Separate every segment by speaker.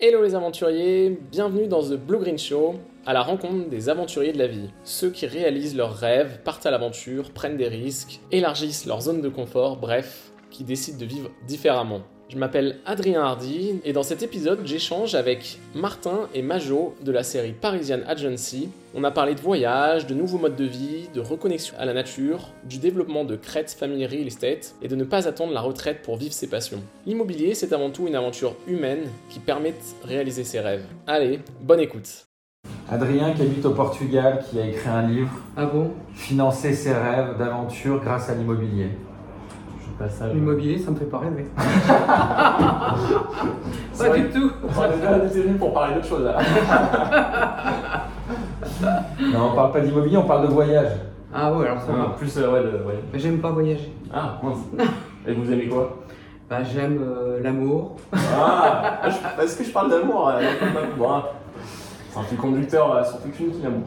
Speaker 1: Hello les aventuriers, bienvenue dans The Blue Green Show, à la rencontre des aventuriers de la vie, ceux qui réalisent leurs rêves, partent à l'aventure, prennent des risques, élargissent leur zone de confort, bref, qui décident de vivre différemment. Je m'appelle Adrien Hardy et dans cet épisode j'échange avec Martin et Majo de la série Parisian Agency. On a parlé de voyage, de nouveaux modes de vie, de reconnexion à la nature, du développement de Crête Family Real Estate et de ne pas attendre la retraite pour vivre ses passions. L'immobilier c'est avant tout une aventure humaine qui permet de réaliser ses rêves. Allez, bonne écoute
Speaker 2: Adrien qui habite au Portugal, qui a écrit un livre,
Speaker 3: Ah bon
Speaker 2: Financer ses rêves d'aventure grâce à l'immobilier.
Speaker 1: Je passe à
Speaker 3: L'immobilier, ça me fait pas rêver.
Speaker 1: C'est
Speaker 3: Pas
Speaker 1: vrai
Speaker 3: du tout.
Speaker 1: pour parler d'autre chose
Speaker 2: Non, on parle pas d'immobilier, on parle de voyage.
Speaker 3: Ah ouais, alors ça va.
Speaker 1: Plus,
Speaker 3: Mais J'aime pas voyager.
Speaker 1: Ah, Et vous aimez quoi
Speaker 3: Bah, j'aime euh, l'amour.
Speaker 1: Ah, je- est-ce que je parle d'amour euh, bon, hein. C'est un fil conducteur, euh, surtout qu'une qui l'amour.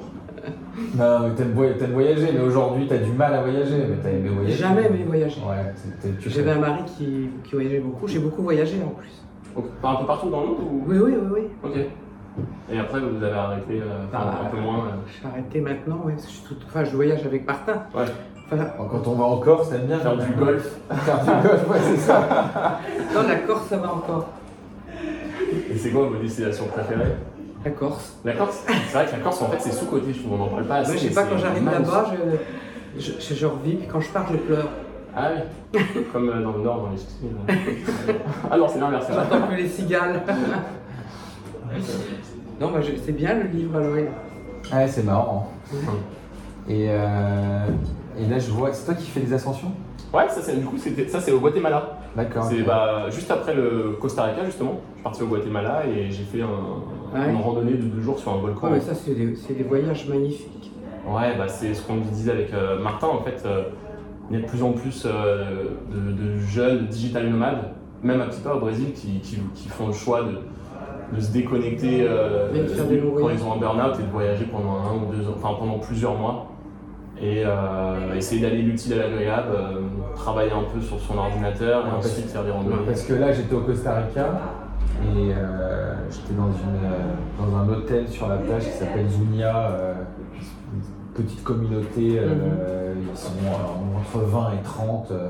Speaker 2: Non, mais t'aimes voy- t'aimes voyager, mais aujourd'hui t'as du mal à voyager, mais t'as aimé voyager.
Speaker 3: J'ai jamais aimé voyager.
Speaker 2: Ouais, c'est- t'es- tu
Speaker 3: J'avais un mari qui, qui voyageait beaucoup. J'ai beaucoup voyagé en plus.
Speaker 4: Donc, un peu partout dans le monde ou...
Speaker 3: Oui, oui, oui, oui.
Speaker 4: Ok. Et après, vous avez arrêté euh,
Speaker 1: Bah,
Speaker 4: enfin,
Speaker 3: Ah,
Speaker 4: un peu moins. euh.
Speaker 3: Je vais arrêter maintenant, ouais, parce que je, suis tout... enfin, je voyage avec Martin.
Speaker 4: Ouais.
Speaker 3: Enfin,
Speaker 2: Quand on va en Corse, t'aimes bien
Speaker 4: Faire
Speaker 1: euh,
Speaker 4: du golf.
Speaker 2: Faire du golf, ouais, c'est ça.
Speaker 3: non, la Corse, ça va encore.
Speaker 1: euh.
Speaker 4: Et c'est quoi vos destinations préférées
Speaker 3: La Corse.
Speaker 4: La Corse C'est vrai que la Corse, en fait, c'est sous-côté, je trouve, on n'en parle pas assez.
Speaker 3: Moi, je sais
Speaker 4: mais
Speaker 3: pas,
Speaker 4: Ah, c'est
Speaker 3: quand j'arrive
Speaker 4: magnifique.
Speaker 3: là-bas, je, je, je- je revis, puis quand je pars, je pleure.
Speaker 4: Ah oui Comme euh, dans le Nord, dans les Yvelines, ouais. ah non, c'est l'inverse. ça.
Speaker 3: J'entends que les cigales. non, bah, je- c'est bien le livre à Noël.
Speaker 2: Ouais, c'est marrant. hein. Et, euh, et là, je vois. C'est toi qui fais les ascensions
Speaker 4: Ouais, ça c'est du coup, c'était- ça c'est au Guatemala.
Speaker 1: Ah,
Speaker 2: D'accord.
Speaker 4: C'est
Speaker 2: ok.
Speaker 4: bah, juste après le Costa Rica, justement. Je suis parti au Guatemala et j'ai fait un,
Speaker 3: Ouais.
Speaker 1: Ah
Speaker 4: une randonnée de deux jours sur un volcan.
Speaker 3: Ouais, Oh, mais ça, c'est des, c'est des voyages magnifiques.
Speaker 4: Ouais, bah, c'est ce qu'on disait avec euh, Martin, en fait, euh, il y a de plus en plus euh, de, de jeunes digital nomades, même un petit peu au Brésil, qui, qui, qui font le choix de, de se déconnecter euh,
Speaker 3: Oui, de faire des longs
Speaker 4: quand
Speaker 3: voyages.
Speaker 4: ils ont un burn-out et de voyager pendant un ou deux ans, enfin pendant plusieurs mois. Et euh, essayer d'aller l'utile à l'agréable, euh, travailler un peu sur son ordinateur
Speaker 2: Ouais,
Speaker 4: et ensuite faire des
Speaker 2: Ouais,
Speaker 4: randonnées.
Speaker 2: Parce que là, j'étais au Costa Rica et euh, j'étais dans, une, euh, dans un hôtel sur la plage qui s'appelle Zunia, euh, une petite communauté. euh,
Speaker 3: Mhm.
Speaker 2: Ils sont euh, entre 20 et 30. euh,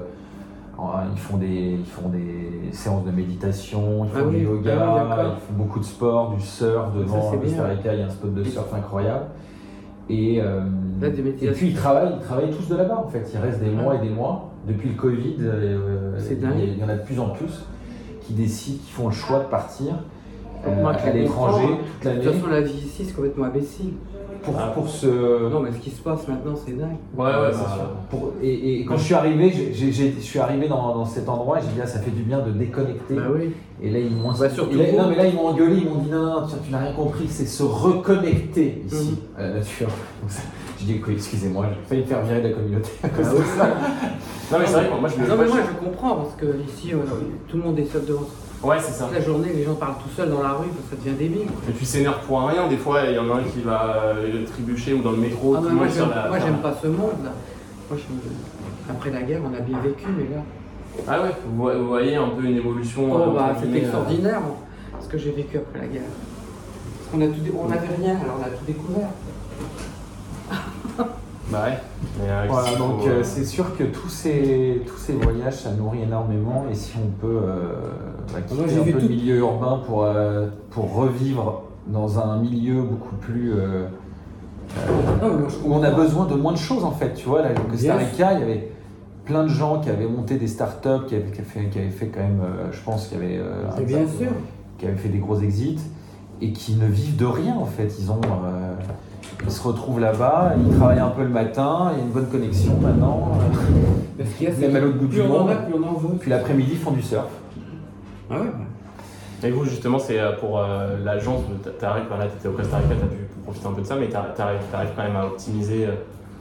Speaker 2: en- ils, font des, ils font des séances de méditation, ils
Speaker 3: Ah
Speaker 2: font
Speaker 3: oui,
Speaker 2: du yoga,
Speaker 3: ah oui, d'accord.
Speaker 2: ils font beaucoup de sport, du surf devant
Speaker 3: c'est
Speaker 2: le Costa
Speaker 3: bien.
Speaker 2: Rica, il y a un spot de surf incroyable. Et, euh,
Speaker 3: Là, des
Speaker 2: et
Speaker 3: méditations.
Speaker 2: puis ils travaillent, ils travaillent tous de là-bas en fait, ils restent des mois et des mois. Depuis le Covid, euh,
Speaker 3: C'est
Speaker 2: il y a-
Speaker 3: dingue.
Speaker 2: il y en a de plus en plus qui décident, qui font le choix de partir
Speaker 3: Faut
Speaker 2: euh,
Speaker 3: pas que
Speaker 2: à
Speaker 3: les
Speaker 2: l'étranger
Speaker 3: comprendre.
Speaker 2: toute
Speaker 3: De
Speaker 2: l'année
Speaker 3: toute façon, la vie ici, c'est complètement imbécile. Oh,
Speaker 2: pour, pour se.
Speaker 3: Non, mais ce qui se passe maintenant, c'est dingue.
Speaker 4: Ouais, ouais, c'est
Speaker 2: bah,
Speaker 4: sûr.
Speaker 2: pour- et, et quand je suis arrivé, j'ai- j'ai- j'ai- je suis arrivé dans, dans cet endroit et j'ai dit ah, ça fait du bien de déconnecter.
Speaker 3: Bah oui.
Speaker 2: Et là ils m'ont
Speaker 3: Bah, surtout
Speaker 2: et là-
Speaker 3: vous.
Speaker 2: non, mais là, ils m'ont engueulé, ils m'ont dit non, non, non, tu, tu n'as rien compris, c'est se reconnecter ici
Speaker 3: Mhm.
Speaker 2: à la nature. Donc, ça- j'ai dit écoutez, excusez-moi, j'ai failli me faire virer de la communauté à cause
Speaker 3: Bah
Speaker 2: de
Speaker 3: oui.
Speaker 2: ça.
Speaker 4: Non, mais c'est vrai que moi je me.
Speaker 3: Non, mais
Speaker 4: moi,
Speaker 3: moi, je comprends, parce que ici, euh, tout le monde est seul devant soi.
Speaker 4: je- Ouais, c'est ça.
Speaker 3: Toute la journée, les gens parlent tout seuls dans la rue, parce que ça devient débile. Ah,
Speaker 4: Et puis s'énerve pour rien, des fois il y en a un qui va euh, trébucher ou dans le métro,
Speaker 3: Ah,
Speaker 4: tout
Speaker 3: mais
Speaker 4: le
Speaker 3: moi,
Speaker 4: monde sur
Speaker 3: j'aime
Speaker 4: la.
Speaker 3: moi, j'aime pas ce monde, là. Moi, je- Après la guerre, on a bien vécu, mais là.
Speaker 4: Ah ouais, vous, vo- vous voyez un peu une évolution. euh,
Speaker 3: Oh,
Speaker 4: entre
Speaker 3: bah, c'est
Speaker 4: guillemets,
Speaker 3: extraordinaire, hein, ce que j'ai vécu après la guerre. Parce qu'on a tout dé- on n'avait rien, alors on a tout découvert.
Speaker 4: euh, Bah ouais. Mais, euh,
Speaker 2: Voilà,
Speaker 4: qu'est-ce
Speaker 2: donc
Speaker 4: qu'il faut,
Speaker 2: euh,
Speaker 4: euh,
Speaker 2: c'est sûr que tous ces, tous ces voyages, ça nourrit énormément. Et si on peut euh, bah,
Speaker 3: Ah, Moi,
Speaker 2: quitter
Speaker 3: j'ai
Speaker 2: un
Speaker 3: vu
Speaker 2: peu le
Speaker 3: tout.
Speaker 2: milieu urbain pour, euh, pour revivre dans un milieu beaucoup plus... euh,
Speaker 3: Non, mais moi, je
Speaker 2: où on a
Speaker 3: comprends.
Speaker 2: besoin de moins de choses, en fait. Tu vois, là, au Costa
Speaker 3: Bien
Speaker 2: Rica, il y avait plein de gens qui avaient monté des startups, qui avaient, qui avaient fait, qui avaient fait quand même, euh, je pense, qui avaient... euh,
Speaker 3: Mais
Speaker 2: un-
Speaker 3: bien sûr.
Speaker 2: qui avaient fait des gros exits et qui ne vivent de rien en fait. Ils ont, euh, ils se retrouvent là-bas, ils travaillent un peu le matin, il y a une bonne connexion maintenant.
Speaker 3: Parce qu'il y a,
Speaker 2: Même
Speaker 3: c'est que
Speaker 2: à l'autre bout du
Speaker 3: plus on en a,
Speaker 2: monde.
Speaker 3: plus on en veut.
Speaker 2: Puis l'après-midi, ils font du surf.
Speaker 3: Ah ouais,
Speaker 4: Et vous justement, c'est euh, pour euh, l'agence, t'a- t'arrives, voilà, t'étais au Costa Rica, t'as pu profiter un peu de ça, mais t'a- t'arrives t'arrives quand même à optimiser, euh,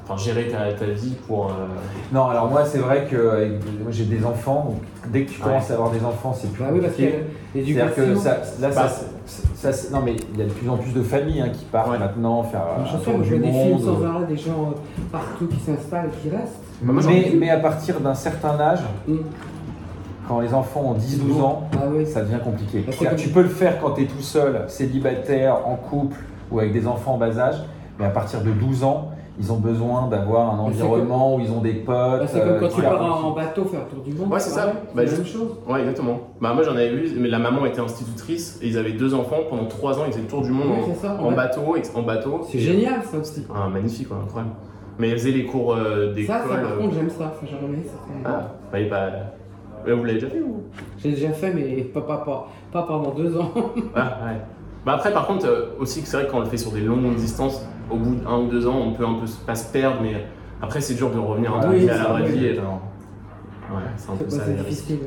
Speaker 4: enfin gérer ta, ta vie pour. euh,
Speaker 2: Non, alors moi, c'est vrai que euh, moi, j'ai des enfants, donc dès que tu commences à avoir des enfants, c'est plus
Speaker 3: Bah oui, parce qu'il y a
Speaker 2: compliqué. C'est-à-dire
Speaker 3: l'éducation.
Speaker 2: que ça, là, ça,
Speaker 4: Bah,
Speaker 2: c'est- ça, c'est- non mais il y a de plus en plus de familles hein, qui partent
Speaker 4: Ouais.
Speaker 2: maintenant faire
Speaker 3: Moi, Je
Speaker 2: un
Speaker 3: sais
Speaker 2: tour
Speaker 3: pas, je
Speaker 2: du
Speaker 3: vois des films sans
Speaker 2: monde.
Speaker 3: arrêt, des gens euh, partout qui s'installent et qui restent. Hmm.
Speaker 4: Moi, j'en ai
Speaker 2: Mais,
Speaker 4: vu.
Speaker 2: mais à partir d'un certain âge, quand les enfants ont 10-12 ans,
Speaker 3: Ah oui.
Speaker 2: ça devient compliqué.
Speaker 3: Bah, c'est
Speaker 2: C'est-à-dire,
Speaker 3: comme-
Speaker 2: Tu peux le faire quand tu es tout seul, célibataire, en couple ou avec des enfants en bas âge, mais à partir de 12 ans, ils ont besoin d'avoir un
Speaker 3: Bah, c'est
Speaker 2: environnement où ils ont des potes.
Speaker 3: Bah, c'est comme
Speaker 2: euh,
Speaker 3: quand
Speaker 2: qui
Speaker 3: tu
Speaker 2: leur-
Speaker 3: pars en- en bateau faire le tour du monde.
Speaker 4: Ouais, c'est ça.
Speaker 3: pareil,
Speaker 4: Bah,
Speaker 3: la
Speaker 4: je-
Speaker 3: même chose.
Speaker 4: Ouais, exactement. Bah, moi j'en avais vu, mais la maman était institutrice et ils avaient deux enfants pendant trois ans, ils faisaient le tour du monde
Speaker 3: Oui,
Speaker 4: en-
Speaker 3: c'est ça.
Speaker 4: en,
Speaker 3: en bas-
Speaker 4: bateau. ex- En bateau
Speaker 3: C'est génial ça aussi.
Speaker 4: Ah, magnifique, quoi, incroyable. Mais ils faisaient les cours euh, d'école.
Speaker 3: Ça, ça, par
Speaker 4: euh,
Speaker 3: contre, j'aime ça. Ça, j'aurais aimé, ça.
Speaker 4: Ah, bah, et bah, ouais, vous l'avez déjà fait ou
Speaker 3: J'ai déjà fait, mais pas, pas, pas, pas pendant deux ans.
Speaker 4: Ah, ouais. Bah après, par contre, euh, aussi que c'est vrai que quand on le fait sur des longues distances, au bout d'un ou deux ans, on peut un peu se- pas se perdre, mais après, c'est dur de revenir un peu
Speaker 3: Oui,
Speaker 4: à la
Speaker 3: ça,
Speaker 4: vraie
Speaker 3: oui.
Speaker 4: vie. Et... Ouais,
Speaker 2: Exactement.
Speaker 4: c'est un peu
Speaker 3: C'est
Speaker 4: ça.
Speaker 3: pas-
Speaker 4: les
Speaker 3: c'est
Speaker 4: risques.
Speaker 3: difficile.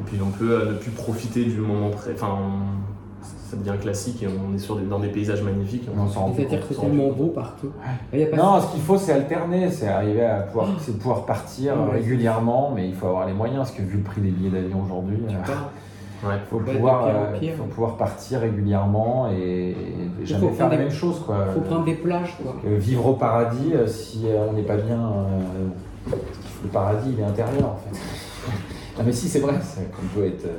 Speaker 4: Et puis, on peut euh, ne plus profiter du moment près. Enfin, on- ça devient classique et on est sur des- dans des paysages magnifiques. et
Speaker 2: On
Speaker 4: on-
Speaker 2: s'en rend
Speaker 3: C'est-à-dire
Speaker 4: compte,
Speaker 3: que c'est
Speaker 4: on s'en
Speaker 3: tellement
Speaker 4: rend
Speaker 3: beau partout. Il y a pas
Speaker 2: Non, ce qu'il faut, c'est alterner, c'est arriver à pouvoir, c'est pouvoir partir
Speaker 3: Ouais.
Speaker 2: régulièrement, mais il faut avoir les moyens, parce que vu le prix des billets d'avion aujourd'hui,
Speaker 3: Tu
Speaker 2: euh,
Speaker 3: pars.
Speaker 4: Ouais.
Speaker 2: faut
Speaker 3: Ouais,
Speaker 2: pouvoir,
Speaker 3: de pire en
Speaker 2: euh,
Speaker 3: pire.
Speaker 2: faut pouvoir partir régulièrement et, et jamais
Speaker 3: hein. faut
Speaker 2: faire la
Speaker 3: prendre
Speaker 2: même
Speaker 3: des-
Speaker 2: chose, quoi.
Speaker 3: Faut prendre des plages, quoi.
Speaker 2: Euh, vivre au paradis, euh, si euh, on n'est pas bien, euh, le paradis, il est intérieur, en fait. non, mais si, c'est vrai, c'est- qu'on peut être, euh,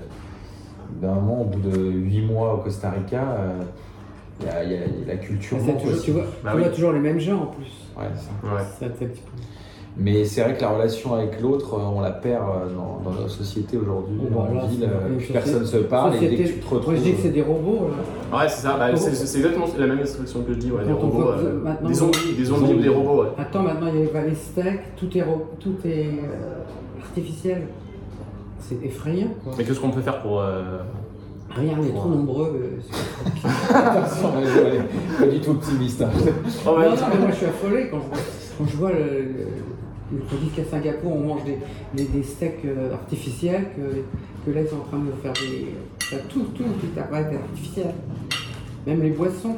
Speaker 2: d'un moment, au bout de 8 mois au Costa Rica, euh, il y a- il y, a- il y a la culture.
Speaker 3: Ça,
Speaker 2: manque
Speaker 3: Ah, toujours,
Speaker 2: aussi.
Speaker 3: tu vois,
Speaker 4: Bah
Speaker 3: tu
Speaker 4: oui.
Speaker 3: vois toujours les mêmes gens en plus.
Speaker 2: Ouais, c'est ça.
Speaker 4: Ouais.
Speaker 3: Ça, c'est un petit peu-
Speaker 2: Mais c'est vrai que la relation avec l'autre, euh, on la perd euh, dans, dans notre société aujourd'hui,
Speaker 3: Bon,
Speaker 2: dans la
Speaker 3: voilà, c'est
Speaker 2: ville, euh,
Speaker 3: une
Speaker 2: plus
Speaker 3: société-
Speaker 2: personne se parle et dès que
Speaker 3: Société-
Speaker 2: tu te
Speaker 3: Moi,
Speaker 2: retrouves. euh,
Speaker 3: je dis
Speaker 4: euh,
Speaker 3: que c'est des robots. là.
Speaker 4: Ouais, c'est ça. Bah, c'est c'est exactement la même instruction que je dis. Ouais, des
Speaker 3: Quand on
Speaker 4: robots.
Speaker 3: voit-
Speaker 4: euh,
Speaker 3: maintenant-
Speaker 4: des zombies, des zombies ou des robots. ouais.
Speaker 3: Attends, maintenant il y a les vallées steak, tout est, ro- tout est euh, artificiel. C'est effrayant quoi.
Speaker 4: Mais qu'est-ce qu'on peut faire pour. euh,
Speaker 3: Rien, on est trop
Speaker 4: Ouais.
Speaker 3: nombreux. euh,
Speaker 2: Attention, mais je- ouais, pas du tout optimiste. hein.
Speaker 4: Oh, ouais,
Speaker 3: Non, non, mais moi je suis affolé quand je, quand je vois le, le, le produit qu'à Singapour on mange des, des, des steaks euh, artificiels, que, que là ils sont en train de nous faire des. enfin, tout, tout, tout arrête artificiel. Même les boissons,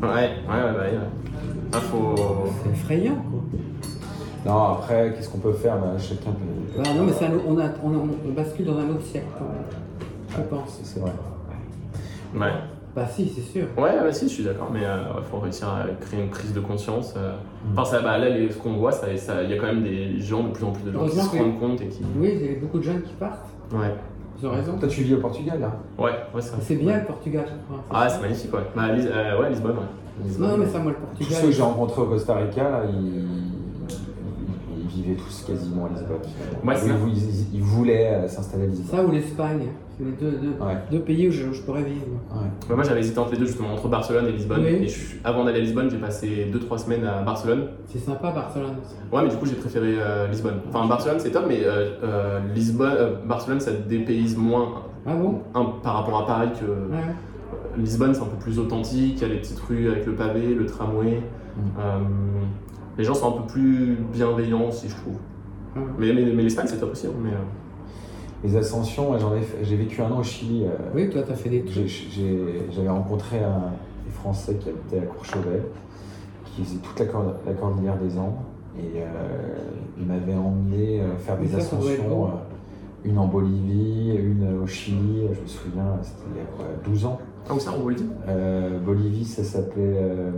Speaker 4: Ouais, ouais, ouais, ouais. ouais. Ah, faut.
Speaker 3: c'est effrayant quoi.
Speaker 2: Non, après, qu'est-ce qu'on peut faire bah, Chacun peut.
Speaker 3: Bah, non, mais c'est un autre- on, a- on, a- on bascule dans un autre siècle quand même, je pense.
Speaker 2: C'est c'est vrai.
Speaker 4: Ouais.
Speaker 3: Bah si, c'est sûr.
Speaker 4: Ouais, bah si, je suis d'accord, mais euh, ouais, faut réussir à créer une prise de conscience. euh. Enfin, ça, bah, là, les- ce qu'on voit, ça, ça- il y a quand même des gens, de plus en plus de gens qui
Speaker 3: Heureusement
Speaker 4: se
Speaker 3: que-
Speaker 4: rendent compte et qui.
Speaker 3: Oui, il y a beaucoup de jeunes qui partent,
Speaker 4: Ouais,
Speaker 3: ils ont raison.
Speaker 2: Toi, tu vis au Portugal, hein. là
Speaker 4: ouais, ouais, ça.
Speaker 3: C'est bien le Portugal, je crois.
Speaker 4: Ah, c'est magnifique, ouais. Bah, Lis- euh, ouais, Lisbonne, ouais. Lisbonne.
Speaker 3: Non, mais ça, moi, le
Speaker 2: Tous ceux que
Speaker 3: Portugal.
Speaker 2: j'ai rencontrés au Costa Rica, là, ils, ils vivaient tous quasiment à Lisbonne.
Speaker 4: Ouais, c'est ça.
Speaker 2: ils, ils- ils voulaient euh, s'installer à Lisbonne.
Speaker 3: Ça ou l'Espagne, c'est les deux, deux,
Speaker 2: Ouais.
Speaker 3: deux pays où je, je pourrais vivre. moi.
Speaker 2: ouais.
Speaker 4: Bah, moi, j'avais hésité entre les deux, justement, entre Barcelone et Lisbonne.
Speaker 3: Oui.
Speaker 4: Et je suis- avant d'aller à Lisbonne, j'ai passé 2-3 semaines à Barcelone.
Speaker 3: C'est sympa, Barcelone. aussi.
Speaker 4: Ouais, mais du coup, j'ai préféré euh, Lisbonne. Enfin, Barcelone, c'est top, mais euh, euh, Lisbonne, euh, Barcelone, ça dépayse moins
Speaker 3: Ah bon
Speaker 4: un, par rapport à Paris que.
Speaker 3: Ouais.
Speaker 4: Lisbonne, c'est un peu plus authentique, il y a les petites rues avec le pavé, le tramway.
Speaker 2: Mm.
Speaker 4: Euh, les gens sont un peu plus bienveillants, si je trouve.
Speaker 3: Ouais.
Speaker 4: Mais, mais, mais l'Espagne, c'est top aussi. hein, Mais, euh,
Speaker 2: Les ascensions, ouais, j'en ai fait- j'ai vécu un an au Chili. euh,
Speaker 3: Oui, toi, t'as fait des
Speaker 2: J'ai-
Speaker 3: trucs.
Speaker 2: j'ai- J'avais rencontré un des Français qui habitait à Courchevel, qui faisait toute la, cor- la cordillère des Andes, et euh, il m'avait emmené euh, faire
Speaker 3: Mais
Speaker 2: des
Speaker 3: ça, ça doit être
Speaker 2: ascensions,
Speaker 3: beau.
Speaker 2: euh, une en Bolivie, une au Chili, euh, je me souviens, c'était il y a quoi, 12 ans.
Speaker 4: Ah, où ça, en Bolivie
Speaker 2: Euh, Bolivie, ça s'appelait. euh,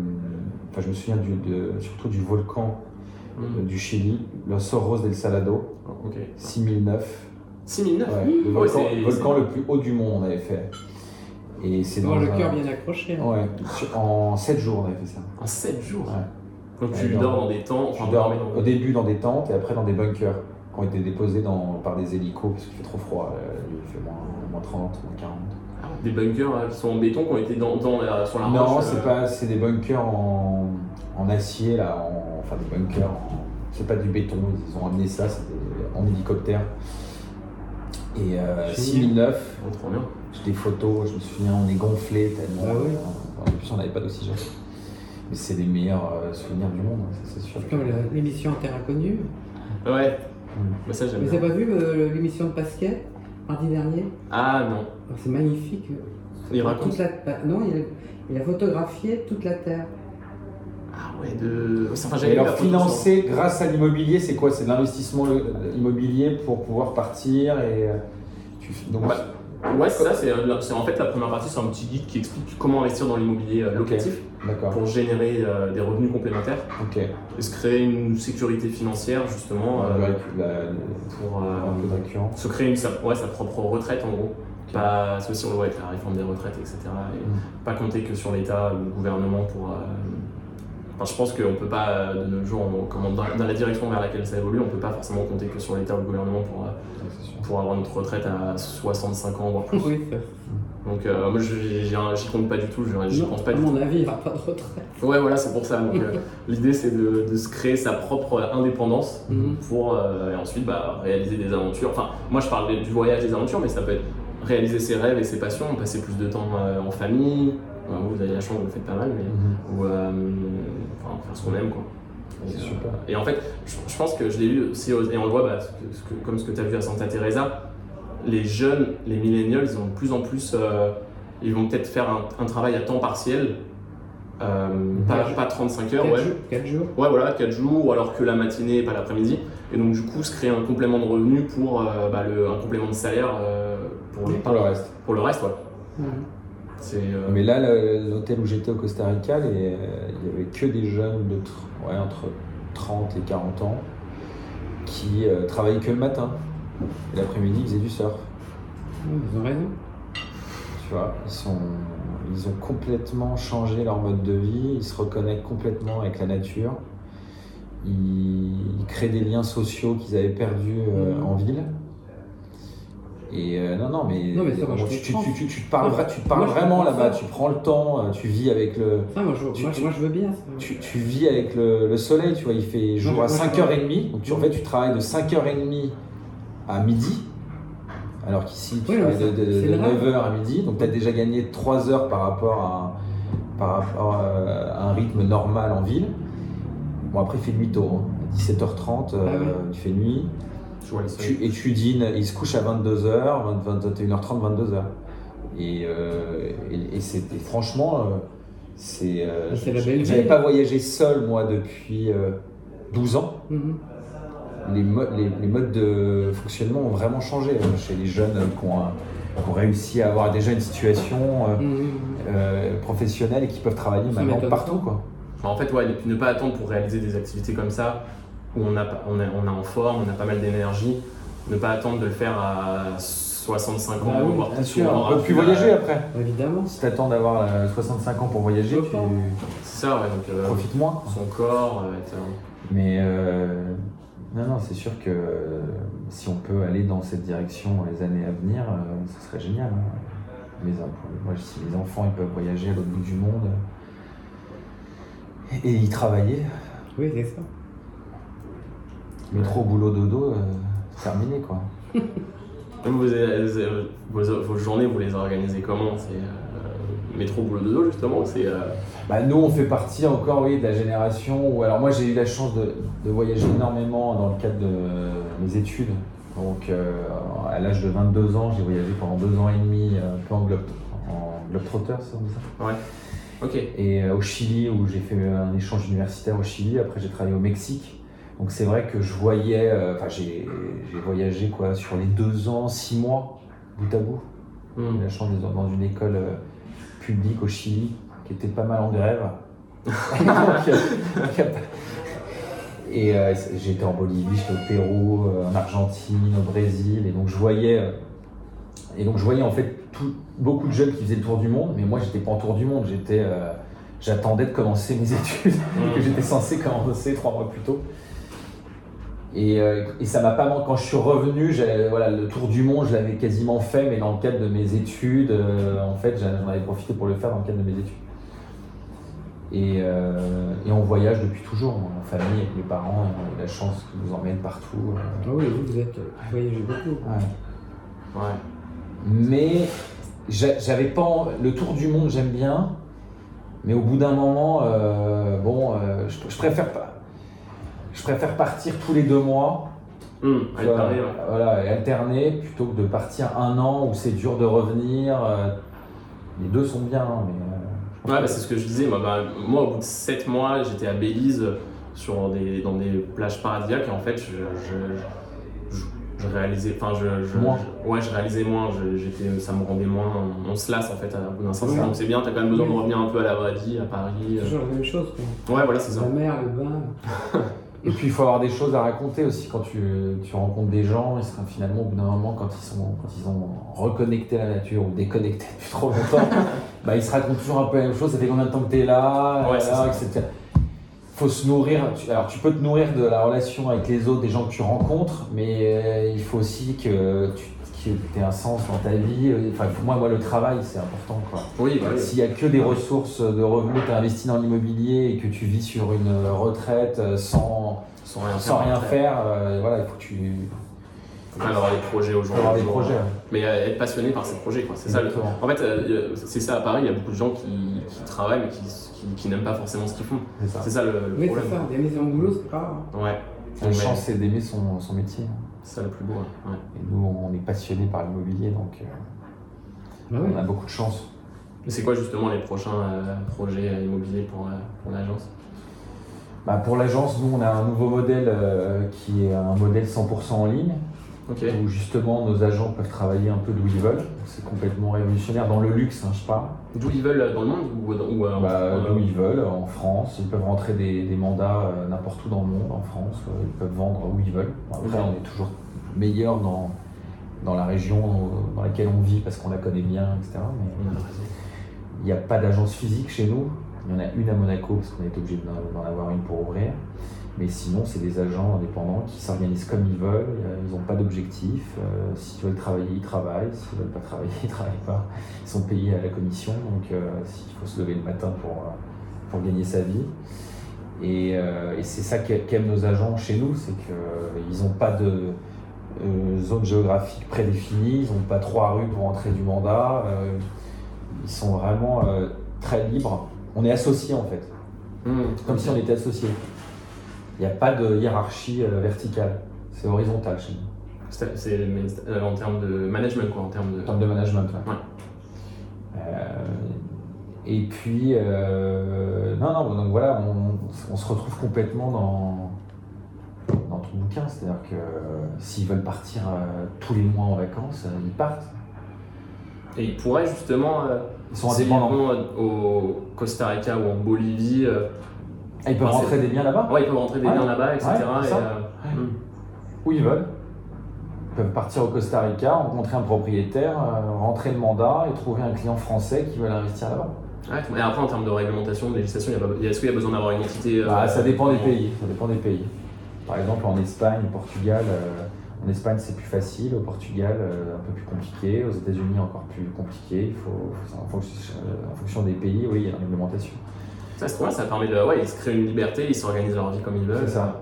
Speaker 2: Enfin, je me souviens du- de- surtout du volcan euh,
Speaker 4: Hmm,
Speaker 2: du Chili, Los Sorros del Salado,
Speaker 4: Ah, Ok.
Speaker 2: 6009.
Speaker 4: 6009
Speaker 2: Ouais, le
Speaker 4: Ouais,
Speaker 2: volcan,
Speaker 4: c'est-
Speaker 2: le, volcan
Speaker 4: c'est-
Speaker 2: le plus haut du monde, on avait fait. Et c'est
Speaker 3: Avoir
Speaker 2: dans
Speaker 3: le
Speaker 2: un-
Speaker 3: cœur bien accroché. hein.
Speaker 2: Ouais, sur- en 7 jours on avait fait ça.
Speaker 4: En 7 jours
Speaker 2: Ouais.
Speaker 4: Donc tu
Speaker 2: Ouais,
Speaker 4: dors
Speaker 2: non.
Speaker 4: dans des temps, enfin,
Speaker 2: Tu dors
Speaker 4: dans-
Speaker 2: au début dans des tentes et après dans des bunkers qui ont été déposés dans, par des hélicos parce qu'il fait trop froid. euh, il fait moins, moins 30, moins 40.
Speaker 4: des bunkers euh, qui sont en béton, qui ont été dans, dans la-
Speaker 3: Ah,
Speaker 4: sur la roche.
Speaker 2: non,
Speaker 4: euh,
Speaker 2: c'est pas, c'est des bunkers en, en acier là, en- enfin des bunkers. en- c'est pas du béton, ils ont amené ça, c'était en hélicoptère. Et euh,
Speaker 4: Génial.
Speaker 2: 6009,
Speaker 4: on Oh, trop bien.
Speaker 2: J'ai des photos, je me souviens, on est gonflé tellement.
Speaker 3: Ah oui.
Speaker 2: Euh, En plus, on n'avait pas d'oxygène. Mais c'est les meilleurs euh, souvenirs du monde, hein, ça, c'est sûr.
Speaker 3: Comme la- l'émission Terre Inconnue.
Speaker 4: Ah Ouais.
Speaker 2: Hmm.
Speaker 4: Bah, ça, j'aime
Speaker 3: Vous
Speaker 4: bien.
Speaker 3: avez pas vu euh, l'émission de Pasquet, mardi dernier
Speaker 4: Ah non.
Speaker 3: Oh, C'est magnifique.
Speaker 4: Il
Speaker 3: Toute
Speaker 4: raconte.
Speaker 3: la... bah, non, il a, il a photographié toute la Terre.
Speaker 4: Ah ouais, de. Enfin,
Speaker 2: Et
Speaker 4: j'avais
Speaker 2: alors,
Speaker 4: la photo sur-
Speaker 2: financer grâce à l'immobilier, c'est quoi C'est de l'investissement euh, immobilier pour pouvoir partir et. euh, tu- Donc,
Speaker 4: Ouais. Ouais, c'est ça. C'est, euh, c'est- en fait, la première partie, c'est un petit guide qui explique comment investir dans l'immobilier euh, locatif
Speaker 2: D'accord.
Speaker 4: pour générer euh, des revenus complémentaires
Speaker 2: Ok.
Speaker 4: et se créer une sécurité financière, justement, euh,
Speaker 2: la,
Speaker 4: pour euh,
Speaker 2: un peu de récurrent.
Speaker 4: se créer une, sa, ouais, sa propre retraite, en gros. Pas associer ouais, avec la réforme des retraites, etc. Et
Speaker 2: Mm.
Speaker 4: Pas compter que sur l'État ou le gouvernement pour. euh, Enfin, je pense qu'on peut pas, euh, de nos jours, on- comment- dans, dans la direction vers laquelle ça évolue, on peut pas forcément compter que sur l'État ou le gouvernement pour, euh,
Speaker 2: Ouais, c'est sûr.
Speaker 4: pour avoir notre retraite à 65 ans, voire plus.
Speaker 3: Oui, ça-
Speaker 4: Donc euh, moi je- j'ai- j'ai un- j'y compte pas du tout, je- j'y
Speaker 3: non,
Speaker 4: pense pas
Speaker 3: à
Speaker 4: du tout.
Speaker 3: mon avis, il n'y aura pas de retraite.
Speaker 4: Ouais voilà c'est pour ça. Donc, euh, L'idée c'est de, de se créer sa propre indépendance
Speaker 3: Mhm.
Speaker 4: pour euh, et ensuite bah, réaliser des aventures. Enfin moi je parle du voyage des aventures mais ça peut être réaliser ses rêves et ses passions, passer plus de temps euh, en famille. Ouais, vous, vous avez la chance, vous le faites pas mal, mais ou euh, enfin, faire ce qu'on aime quoi.
Speaker 2: C'est
Speaker 4: Et, euh,
Speaker 2: super.
Speaker 4: et en fait, je, je pense que je l'ai vu aussi, aux- et on le voit, bah, ce que- ce que- comme ce que tu as vu à Santa Teresa, les jeunes, les millennials, ils ont de plus en plus, euh, ils vont peut-être faire un, un travail à temps partiel, euh, pas,
Speaker 3: Quatre-
Speaker 4: pas 35 heures,
Speaker 3: Quatre
Speaker 4: ouais.
Speaker 3: jours, quatre jours.
Speaker 4: Ouais, voilà, 4 jours, alors que la matinée et pas l'après-midi. Et donc, du coup, se créer un complément de revenu pour euh, bah, le, un complément de salaire euh, pour, le,
Speaker 2: Par le reste.
Speaker 4: pour le reste, ouais.
Speaker 3: Mhm.
Speaker 4: C'est, euh,
Speaker 2: Mais là, le- l'hôtel où j'étais au Costa Rica, les- il y avait que des jeunes de tr- ouais, entre 30 et 40 ans qui euh, travaillaient que le matin. Et l'après-midi, ils faisaient du surf.
Speaker 3: Ouais, Ils ont raison.
Speaker 2: Tu vois, ils, sont, ils ont complètement changé leur mode de vie, ils se reconnectent complètement avec la nature, ils, ils créent des liens sociaux qu'ils avaient perdus euh,
Speaker 3: Mhm.
Speaker 2: en ville. Et euh, non, non, mais,
Speaker 3: Non, mais ça, moi, je
Speaker 2: tu, tu-
Speaker 3: comprends.
Speaker 2: tu- tu- tu te parles,
Speaker 3: Moi,
Speaker 2: vra- tu te parles
Speaker 3: moi, je
Speaker 2: vraiment
Speaker 3: comprends
Speaker 2: là-bas,
Speaker 3: ça.
Speaker 2: tu prends le temps, euh, tu vis avec le,
Speaker 3: Ça, moi, je,
Speaker 2: Tu-
Speaker 3: moi,
Speaker 2: tu-
Speaker 3: je- moi, je veux bien. ça.
Speaker 2: tu, tu vis avec le, le soleil, tu vois, il fait jour
Speaker 3: Non,
Speaker 2: à
Speaker 3: moi, je
Speaker 2: 5h30, donc tu, en
Speaker 3: Mhm.
Speaker 2: fait, tu travailles de 5h30 à midi, alors qu'ici tu
Speaker 3: Oui,
Speaker 2: travailles
Speaker 3: mais
Speaker 2: de,
Speaker 3: c'est- c'est le rêve.
Speaker 2: 9h à midi, donc tu as déjà gagné 3 heures par rapport à, un- par rapport, euh, à un rythme normal en ville. Bon après il fait nuit tôt, hein. à 17h30 euh,
Speaker 3: Ah ouais.
Speaker 2: il fait nuit,
Speaker 4: je vois les seuls.
Speaker 2: Tu- et tu dînes, il se couche à 22h, 21h30, 22h. Et, euh, et, et c'est- et franchement, euh, c'est. euh,
Speaker 3: C'est la belle
Speaker 2: J'avais
Speaker 3: vie.
Speaker 2: pas voyagé seul, moi, depuis euh, 12 ans.
Speaker 3: Mhm.
Speaker 2: Les, mo- les, les modes de fonctionnement ont vraiment changé euh, chez les jeunes euh, qui ont, euh, qui ont réussi à avoir déjà une situation euh,
Speaker 3: Mhm.
Speaker 2: euh, professionnelle et qui peuvent travailler
Speaker 3: Ça
Speaker 2: maintenant
Speaker 3: m'étonne
Speaker 2: partout. Quoi.
Speaker 4: Enfin, en fait, ouais, ne- ne pas attendre pour réaliser des activités comme ça, où on a, pas- on est- on est en forme, on a pas mal d'énergie, ne pas attendre de le faire à 65 ans,
Speaker 3: Bah oui,
Speaker 4: voire
Speaker 2: Bien
Speaker 4: peut-être
Speaker 2: sûr,
Speaker 4: qu'on
Speaker 2: on
Speaker 4: aura
Speaker 2: peut plus
Speaker 4: la-
Speaker 2: voyager après.
Speaker 3: Évidemment.
Speaker 2: Si t'attends d'avoir euh, 65 ans pour voyager,
Speaker 3: Je
Speaker 2: tu
Speaker 3: pense.
Speaker 4: C'est ça, ouais, donc euh,
Speaker 2: profites moins.
Speaker 4: son corps, euh, être, euh,
Speaker 2: Mais euh, non, non, c'est sûr que euh, si on peut aller dans cette direction dans les années à venir, euh, ce serait génial. hein. Les, en- moi, si les enfants ils peuvent voyager à l'autre bout du monde euh, et y travailler,
Speaker 3: Oui, c'est ça.
Speaker 2: métro, boulot, dodo, euh, c'est terminé quoi.
Speaker 4: même vos, euh, vos- vos journées, vous les organisez comment C'est euh, métro, boulot, dodo, justement ou c'est, euh,
Speaker 2: Bah, nous, on fait partie encore oui, de la génération où. Alors, moi, j'ai eu la chance de, de voyager énormément dans le cadre de mes études. Donc, euh, à l'âge de 22 ans, j'ai voyagé pendant deux ans et demi, euh, un peu en globe, en globetrotter, ça, on dit ça.
Speaker 4: Ok,
Speaker 2: Et euh, au Chili, où j'ai fait un échange universitaire au Chili. Après, j'ai travaillé au Mexique. Donc, c'est vrai que je voyais. euh, Enfin, j'ai j'ai voyagé quoi, sur les deux ans, six mois, bout à bout. J'ai eu
Speaker 4: Hmm.
Speaker 2: la chance d'être dans une école euh, publique au Chili qui était pas mal en grève. Donc, euh, donc, y a pas- et euh, c'est- j'étais en Bolivie, j'étais au Pérou, euh, en Argentine, au Brésil, et donc je voyais, euh, et donc je voyais en fait tout- beaucoup de jeunes qui faisaient le tour du monde, mais moi j'étais pas en tour du monde, j'étais, euh, j'attendais de commencer mes études que j'étais censé commencer trois mois plus tôt. Et, euh, et ça m'a pas manqué. Quand je suis revenu, j'avais- voilà, le tour du monde, je l'avais quasiment fait, mais dans le cadre de mes études, euh, en fait, j'en avais profité pour le faire dans le cadre de mes études. Et, euh, et on voyage depuis toujours, en famille, avec mes parents, on a eu la chance qu'ils nous emmènent partout. euh.
Speaker 3: Ah oui, vous, vous êtes, vous voyagez beaucoup.
Speaker 2: Ouais.
Speaker 4: Ouais.
Speaker 2: Mais j'a- j'avais pas en- le tour du monde, j'aime bien, mais au bout d'un moment, euh, bon, euh, je, je préfère pas. Je préfère partir tous les deux mois,
Speaker 4: Hmm,
Speaker 2: tu
Speaker 4: allez,
Speaker 2: vois,
Speaker 4: pareil, ouais.
Speaker 2: voilà, et alterner plutôt que de partir un an où c'est dur de revenir. euh, les deux sont bien, hein, mais. euh, je pense
Speaker 4: Ouais,
Speaker 2: que-
Speaker 4: bah, c'est ce que je disais. Moi, bah, moi, au bout de 7 mois, j'étais à euh, Belize sur des, dans des plages paradisiaques et en fait, je, je, je- je réalisais, enfin je, je-
Speaker 2: Moins.
Speaker 4: je- ouais, je réalisais moins, je- j'étais, euh, ça me rendait moins, on se lasse en fait à bout d'un certain
Speaker 3: Oui.
Speaker 4: moment. Donc c'est bien, t'as quand même besoin de revenir un peu à la vraie vie, à Paris.
Speaker 3: C'est
Speaker 4: euh.
Speaker 3: toujours la même chose. Quoi.
Speaker 4: Ouais, voilà, c'est ça.
Speaker 3: La mer, le bain.
Speaker 2: Et puis il faut avoir des choses à raconter aussi quand tu, tu rencontres des gens. Ils sera finalement au bout d'un moment quand ils sont quand ils ont reconnecté à la nature ou déconnecté depuis trop longtemps, bah ils se racontent toujours un peu la même chose. Ça fait combien de temps que t'es là,
Speaker 4: Ouais,
Speaker 2: là,
Speaker 4: c'est ça.
Speaker 2: etc. Faut se nourrir. tu- Alors tu peux te nourrir de la relation avec les autres, des gens que tu rencontres, mais euh, il faut aussi que tu aies un sens dans ta vie. Enfin pour moi, moi le travail c'est important quoi.
Speaker 4: Oui, bah oui.
Speaker 2: S'il n'y a que des ressources de revenus, tu investis dans l'immobilier et que tu vis sur une retraite euh, sans,
Speaker 4: sans rien
Speaker 2: sans rien
Speaker 4: après.
Speaker 2: faire, euh, voilà, il faut que tu
Speaker 4: Faut quand même avoir des projets au
Speaker 2: faut
Speaker 4: jour
Speaker 2: avoir
Speaker 4: le
Speaker 2: des
Speaker 4: jour.
Speaker 2: projets.
Speaker 4: Mais euh, être passionné par ces projets, quoi. C'est ça le
Speaker 2: Exactement.
Speaker 4: En fait, euh, c'est ça à Paris, il y a beaucoup de gens qui, qui travaillent mais qui, qui, qui n'aiment pas forcément ce qu'ils font.
Speaker 2: C'est ça.
Speaker 4: C'est ça le, le
Speaker 3: Oui,
Speaker 4: problème.
Speaker 3: c'est ça, des maisons de boulot, c'est pas grave.
Speaker 4: Ouais,
Speaker 2: La chance, c'est d'aimer son, son métier.
Speaker 4: c'est ça le plus beau. hein. ouais. Ouais.
Speaker 2: Et nous, on est passionnés par l'immobilier, donc euh, on a beaucoup de chance.
Speaker 4: Mais c'est quoi justement les prochains euh, projets euh, immobiliers pour, euh, pour l'agence
Speaker 2: Bah, pour l'agence, nous, on a un nouveau modèle euh, qui est un modèle 100% en ligne.
Speaker 4: Ok.
Speaker 2: où justement nos agents peuvent travailler un peu d'où ils veulent. C'est complètement révolutionnaire dans le luxe, hein, je parle.
Speaker 4: D'où ils veulent euh, dans le monde ou, dans- ou, euh, en-
Speaker 2: Bah,
Speaker 4: euh,
Speaker 2: d'où ils veulent, en France. Ils peuvent rentrer des, des mandats euh, n'importe où dans le monde, en France. euh, ils peuvent vendre où ils veulent. Bon, Après,
Speaker 4: Ok.
Speaker 2: on est toujours meilleur dans, dans la région euh, dans laquelle on vit parce qu'on la connaît bien, etc. Mais
Speaker 4: on a raison.
Speaker 2: il n'y a pas d'agence physique chez nous. Il y en a une à Monaco parce qu'on est obligé d'en- d'en avoir une pour ouvrir. Mais sinon, c'est des agents indépendants qui s'organisent comme ils veulent. euh, Ils n'ont pas d'objectif. euh, S'ils veulent travailler, ils travaillent. S'ils veulent pas travailler, ils travaillent pas. Ils sont payés à la commission. Donc, euh, s'il faut se lever le matin pour, euh, pour gagner sa vie. Et, euh, et c'est ça qu'a- qu'aiment nos agents chez nous, c'est qu'ils n'ont pas de euh, zone géographique prédéfinie, ils n'ont pas trois rues pour entrer du mandat. euh, ils sont vraiment euh, très libres. On est associés en fait,
Speaker 4: Hmm.
Speaker 2: comme si on était associés. Il n'y a pas de hiérarchie euh, verticale, c'est horizontal chez nous.
Speaker 4: C'est c'est- mais, euh, en termes de management, quoi, en termes de.
Speaker 2: En termes de management. ouais.
Speaker 4: Ouais.
Speaker 2: Euh, et puis, euh, non, non, donc voilà, on, on se retrouve complètement dans, dans ton bouquin. C'est-à-dire que euh, s'ils veulent partir euh, tous les mois en vacances, euh, ils partent.
Speaker 4: Et ils pourraient justement. euh,
Speaker 2: Ils sont
Speaker 4: s'ils
Speaker 2: indépendants.
Speaker 4: vont, euh, au Costa Rica ou en Bolivie, euh,
Speaker 2: Et ils peuvent
Speaker 4: Enfin,
Speaker 2: rentrer des biens là-bas,
Speaker 4: ouais, ils peuvent rentrer des
Speaker 2: Ouais.
Speaker 4: biens là-bas, etc.
Speaker 2: Ouais, c'est
Speaker 4: et,
Speaker 2: ça.
Speaker 4: euh, hmm.
Speaker 2: où ils veulent. Ils peuvent partir au Costa Rica, rencontrer un propriétaire, euh, rentrer le mandat et trouver un client français qui veut investir là-bas.
Speaker 4: Ouais, et après, en termes de réglementation, de législation, il y a pas- il y a- est-ce qu'il y a besoin d'avoir une entité euh,
Speaker 2: Bah, ça dépend des
Speaker 4: en-
Speaker 2: pays. Ça dépend des pays. Par exemple, en Espagne, au Portugal, euh, en Espagne c'est plus facile, au Portugal euh, un peu plus compliqué, aux États-Unis encore plus compliqué. Il faut, faut- en, fonction, en fonction des pays, oui, il y a une réglementation.
Speaker 4: Ça, c'est trop bien, ça permet de. Ouais, ils se créent une liberté, ils s'organisent leur vie comme ils veulent.
Speaker 2: C'est ça.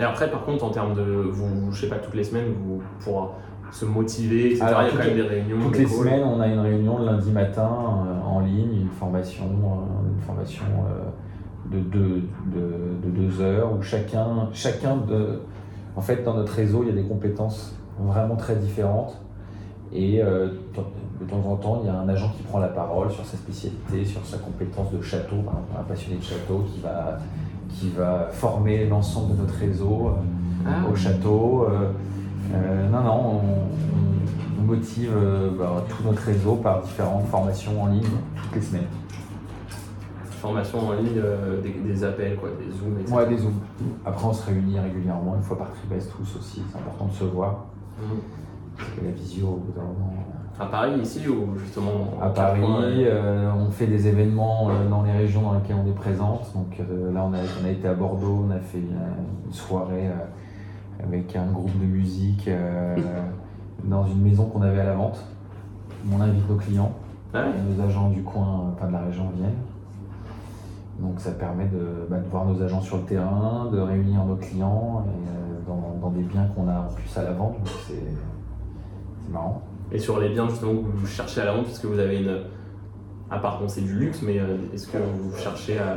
Speaker 4: Et après, par contre, en termes de. Vous, je sais pas, toutes les semaines, vous, pour se motiver, etc.,
Speaker 2: Alors,
Speaker 4: il y a quand
Speaker 2: toutes
Speaker 4: même des réunions.
Speaker 2: Toutes
Speaker 4: des
Speaker 2: les
Speaker 4: calls.
Speaker 2: semaines, on a une réunion le lundi matin euh, en ligne, une formation, euh, une formation euh, de, deux, de, de deux heures où chacun, chacun de. En fait, dans notre réseau, il y a des compétences vraiment très différentes. Et euh, de temps en temps, il y a un agent qui prend la parole sur sa spécialité, sur sa compétence de château, par exemple, un passionné de château qui va, qui va former l'ensemble de notre réseau. euh,
Speaker 4: Ah,
Speaker 2: au château. euh, euh, non, non, on, on- on motive euh, bah, tout notre réseau par différentes formations en ligne toutes les semaines.
Speaker 4: Formation en ligne, euh, des, des appels, quoi, des zooms, etc.
Speaker 2: Ouais, des zooms. Après, on se réunit régulièrement, une fois par trimestre tous aussi. C'est important de se voir.
Speaker 4: Mhm.
Speaker 2: Parce que la visio, au bout d'un moment.
Speaker 4: À Paris, ici, ou justement.
Speaker 2: À
Speaker 4: en
Speaker 2: Paris,
Speaker 4: Californie, ouais.
Speaker 2: euh, on fait des événements euh, dans les régions dans lesquelles on est présente. Donc euh, là, on a, on a été à Bordeaux, on a fait euh, une, une soirée euh, avec un groupe de musique euh, dans une maison qu'on avait à la vente. On invite nos clients.
Speaker 4: Ah ouais.
Speaker 2: nos agents du coin, enfin de la région viennent. Donc ça permet de, bah, de voir nos agents sur le terrain, de réunir nos clients et, euh, dans, dans des biens qu'on a en plus à la vente. Donc c'est c'est marrant.
Speaker 4: Et sur les biens, justement, que vous cherchez à la vente, parce que vous avez une. À part qu'on c'est du luxe, mais euh, est-ce que vous cherchez à.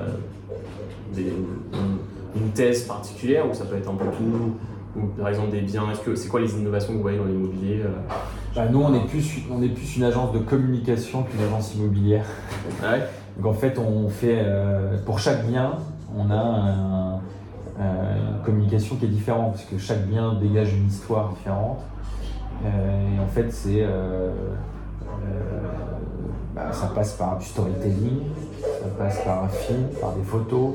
Speaker 4: des- une, une thèse particulière, ou ça peut être un peu tout ou par exemple des biens, est-ce que c'est quoi les innovations que vous voyez dans l'immobilier euh
Speaker 2: Bah, nous on est, plus, on est plus une agence de communication qu'une agence immobilière.
Speaker 4: Ah ouais
Speaker 2: Donc en fait on fait euh, pour chaque bien on a un, euh, une communication qui est différente, parce que chaque bien dégage une histoire différente. Euh, et en fait, c'est. euh, euh, bah, ça passe par du storytelling, ça passe par un film, par des photos.